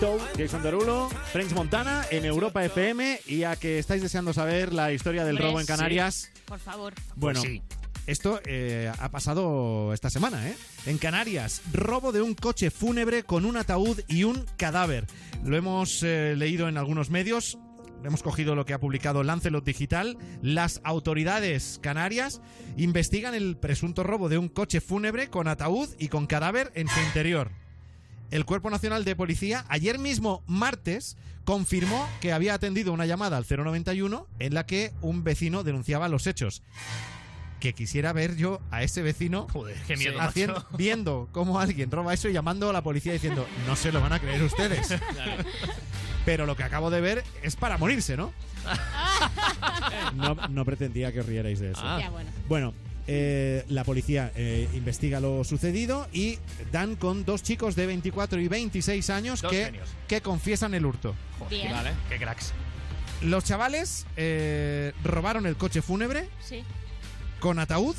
Show, Jason Derulo, French Montana en Europa FM y a que estáis deseando saber la historia del Hombre, robo en sí. Canarias. Por favor. Bueno, sí. Esto eh, ha pasado esta semana, ¿eh? En Canarias, robo de un coche fúnebre con un ataúd y un cadáver. Lo hemos eh, leído en algunos medios. Hemos cogido lo que ha publicado Lancelot Digital. Las autoridades canarias investigan el presunto robo de un coche fúnebre con ataúd y con cadáver en su interior. El Cuerpo Nacional de Policía ayer mismo, martes, confirmó que había atendido una llamada al 091 en la que un vecino denunciaba los hechos. Que quisiera ver yo a ese vecino Joder, qué miedo, macho. haciendo- viendo cómo alguien roba eso y llamando a la policía diciendo, no se lo van a creer ustedes. Claro. Pero lo que acabo de ver es para morirse, ¿no? No, no pretendía que os rierais de eso. Ah. Ya, bueno. Bueno, eh, la policía eh, investiga lo sucedido y dan con dos chicos de 24 y 26 años Dos que, genios. Que confiesan el hurto. Joder, Bien. Vale. Qué cracks. Los chavales eh, robaron el coche fúnebre Sí. con ataúd,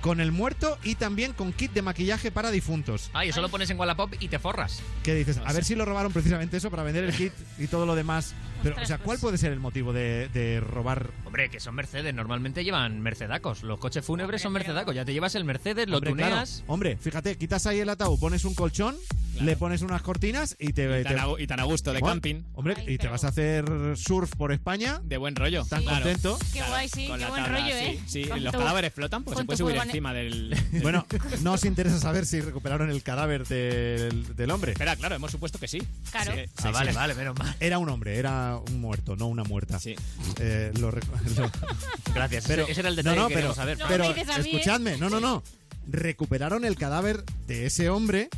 con el muerto y también con kit de maquillaje para difuntos. Ah, y eso lo pones en Wallapop y te forras. ¿Qué dices? No a ver sé. si lo robaron precisamente eso para vender el kit y todo lo demás. Pero, o sea, Ostras, ¿cuál pues. puede ser el motivo de, de robar? Hombre, que son Mercedes. Normalmente llevan Mercedacos. Los coches fúnebres son Hombre, pero- Mercedacos. Ya te llevas el Mercedes, lo Hombre, tuneas. claro, hombre, fíjate, quitas ahí el ataúd, pones un colchón, Claro. le pones unas cortinas y te... Y te- tan, a, y tan a gusto, de Bueno, camping, Hombre, Ay, y te pero- vas a hacer surf por España. de buen rollo. Tan Claro. contento. Qué guay, sí. Con Qué la buen tabla, rollo, sí. ¿eh? Sí, Con los tu- cadáveres flotan, pues con se puede tu subir furgone- encima del... del- Bueno, no os interesa saber si recuperaron el cadáver del, del hombre. Espera, claro, hemos supuesto que sí. Claro. Sí, Ah, sí, vale, sí. vale, menos mal. Era un hombre, era un muerto, no una muerta. Sí. Eh, lo rec- lo- Gracias. Pero- ese, ese era el detalle no, no, que pero- queríamos saber. No Pero me dices a mí, ¿eh? escuchadme, no, no, no. Recuperaron el cadáver de ese hombre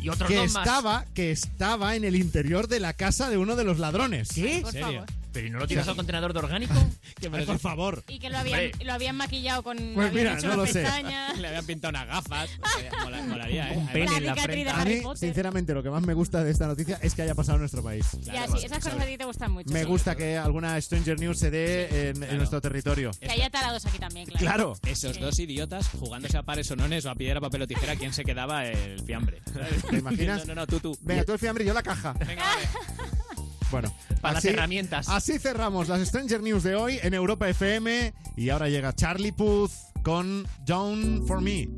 y otros que dos más. estaba, que estaba en el interior de la casa de uno de los ladrones. Ay, Por ¿En serio? favor. Pero ¿y no lo tiras al contenedor de orgánico? Que me Ay, lo- por favor. Y que lo habían, Hombre. lo habían maquillado con. Pues habían mira, hecho no las lo sé. pestañas. Le habían pintado unas gafas. Eh, mola- Molaría, ¿eh? Un pene en la cicatriz frente. de Harry A mí, Potter. sinceramente, lo que más me gusta de esta noticia es que haya pasado en nuestro país. ya, Claro, sí, esas cosas sobre- a ti te gustan mucho. Me sí. gusta que alguna Stranger News se dé en, en Claro. nuestro territorio. Que haya talados aquí también, claro. Claro. Esos dos idiotas jugándose a pares sonones o a piedra, papel o tijera, ¿quién se quedaba el fiambre? ¿Te imaginas? No, no, no, tú, tú. Venga, tú el fiambre y yo la caja. Venga, vale. Bueno, Para así, las herramientas. así cerramos las Stranger News de hoy en Europa FM. Y ahora llega Charlie Puth con Down for Me.